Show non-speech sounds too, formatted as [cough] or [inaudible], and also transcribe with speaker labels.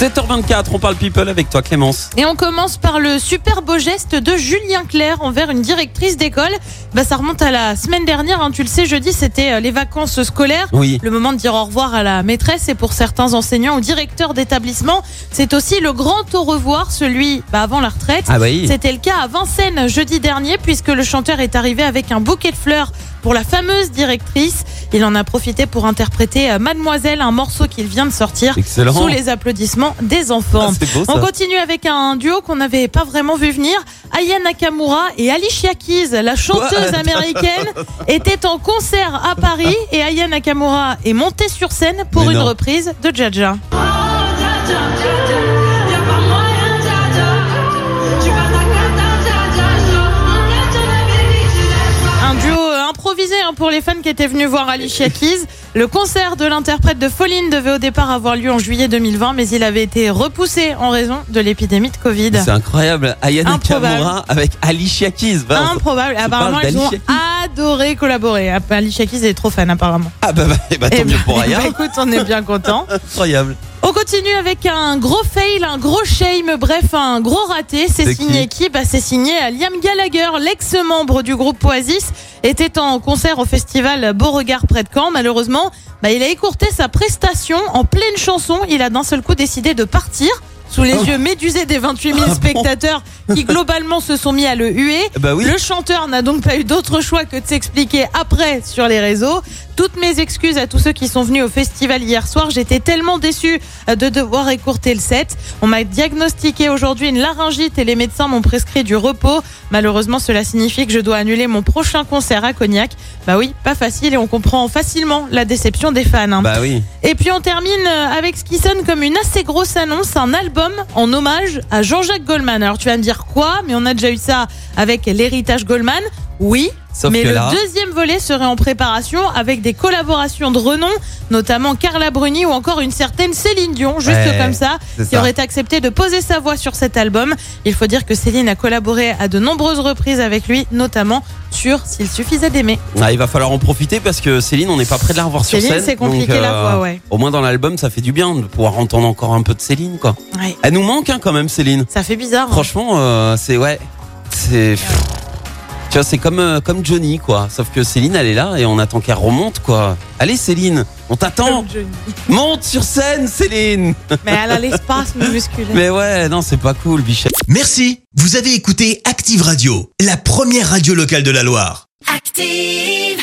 Speaker 1: 7h24, on parle people avec toi Clémence.
Speaker 2: Et on commence par le super beau geste de Julien Clerc envers une directrice d'école. Bah, ça remonte à la semaine dernière, hein, tu le sais, jeudi, c'était euh, les vacances scolaires.
Speaker 1: Oui.
Speaker 2: Le moment de dire au revoir à la maîtresse et pour certains enseignants ou directeurs d'établissement, c'est aussi le grand au revoir, celui bah, avant la retraite.
Speaker 1: Ah oui.
Speaker 2: C'était le cas à Vincennes jeudi dernier puisque le chanteur est arrivé avec un bouquet de fleurs pour la fameuse directrice. Il en a profité pour interpréter euh, Mademoiselle, un morceau qu'il vient de sortir
Speaker 1: Excellent.
Speaker 2: sous les applaudissements des enfants.
Speaker 1: Ah, c'est beau, ça.
Speaker 2: On continue avec un duo qu'on n'avait pas vraiment vu venir. Aya Nakamura et Alicia Keys, la chanteuse
Speaker 1: [laughs]
Speaker 2: américaine, étaient en concert à Paris et Aya Nakamura est montée sur scène pour
Speaker 1: Mais
Speaker 2: une
Speaker 1: non.
Speaker 2: reprise de Jaja.
Speaker 3: y'a pas moyen, dja, dja. Tu passes à cata, dja, dja, dja. On a déjà la baby, tu l'as choisi.
Speaker 2: Un duo euh, improvisé hein, pour les fans qui étaient venus voir
Speaker 1: [laughs]
Speaker 2: Alicia Keys. Le concert de l'interprète de Folline devait au départ avoir lieu en juillet 2020, mais il avait été repoussé en raison de l'épidémie de Covid.
Speaker 1: C'est incroyable. Ayana
Speaker 2: Improbable.
Speaker 1: Kamura avec Alicia Keys. Bah, Vince.
Speaker 2: Improbable. Ah, Apparemment,
Speaker 1: parles
Speaker 2: ils ont
Speaker 1: d'Alicia
Speaker 2: adoré collaborer. Ah, Alicia Keys est trop fan, apparemment.
Speaker 1: Ah bah, bah, eh bah, tant
Speaker 2: Eh
Speaker 1: mieux
Speaker 2: ben,
Speaker 1: pour
Speaker 2: [laughs] eh bah. ben,
Speaker 1: Aya.
Speaker 2: écoute, on est bien content.
Speaker 1: Incroyable.
Speaker 2: On continue avec un gros fail, un gros shame, bref, un gros raté. C'est
Speaker 1: C'est
Speaker 2: signé qui, bah, C'est signé Liam Gallagher, l'ex-membre du groupe Oasis, était en concert au festival Beauregard près de Caen. Malheureusement, bah, il a écourté sa prestation en pleine chanson. Il a d'un seul coup décidé de partir. Sous les yeux médusés des 28 000
Speaker 1: Oh. Ah bon
Speaker 2: spectateurs qui globalement se sont mis à le huer.
Speaker 1: Eh Bah oui.
Speaker 2: Le chanteur n'a donc pas eu d'autre choix que de s'expliquer après sur les réseaux. Toutes mes excuses à tous ceux qui sont venus au festival hier soir. J'étais tellement déçue euh, de devoir écourter le set. On m'a diagnostiqué aujourd'hui une laryngite et les médecins m'ont prescrit du repos. Malheureusement, cela signifie que je dois annuler mon prochain concert à Cognac. Bah oui, pas facile et on comprend facilement la déception des fans. hein.
Speaker 1: Bah oui.
Speaker 2: Et puis on termine euh, avec ce qui sonne comme une assez grosse annonce, un album en hommage à Jean-Jacques Goldman. Alors tu vas me dire quoi Mais on a déjà eu ça avec l'héritage Goldman. Oui,
Speaker 1: Sauf
Speaker 2: mais
Speaker 1: que
Speaker 2: le
Speaker 1: là-
Speaker 2: deuxième volet serait en préparation avec des collaborations de renom, notamment Carla Bruni ou encore une certaine Céline Dion, juste
Speaker 1: Ouais,
Speaker 2: comme ça,
Speaker 1: c'est
Speaker 2: qui
Speaker 1: ça.
Speaker 2: aurait accepté de poser sa voix sur cet album. Il faut dire que Céline a collaboré à de nombreuses reprises avec lui, notamment sur S'il suffisait d'aimer.
Speaker 1: Ah, il va falloir en profiter parce que Céline, on n'est pas près de la revoir sur
Speaker 2: Céline,
Speaker 1: scène.
Speaker 2: c'est compliqué
Speaker 1: Donc, euh,
Speaker 2: la voix, ouais.
Speaker 1: Au moins dans l'album, ça fait du bien de pouvoir entendre encore un peu de Céline, quoi.
Speaker 2: Ouais,
Speaker 1: Elle nous manque hein, quand même, Céline.
Speaker 2: ça fait bizarre. hein.
Speaker 1: Franchement, euh, c'est ouais, c'est. pff, Tu vois, c'est comme euh, comme Johnny quoi. Sauf que Céline, elle est là et on attend qu'elle remonte quoi. Allez Céline, on
Speaker 2: Ah
Speaker 1: t'attend. Monte sur scène, Céline.
Speaker 2: Mais elle a l'espace musculaire.
Speaker 1: Mais ouais, non, c'est pas cool, Bichet.
Speaker 4: Merci, vous avez écouté Active Radio, la première radio locale de la Loire.
Speaker 3: Active.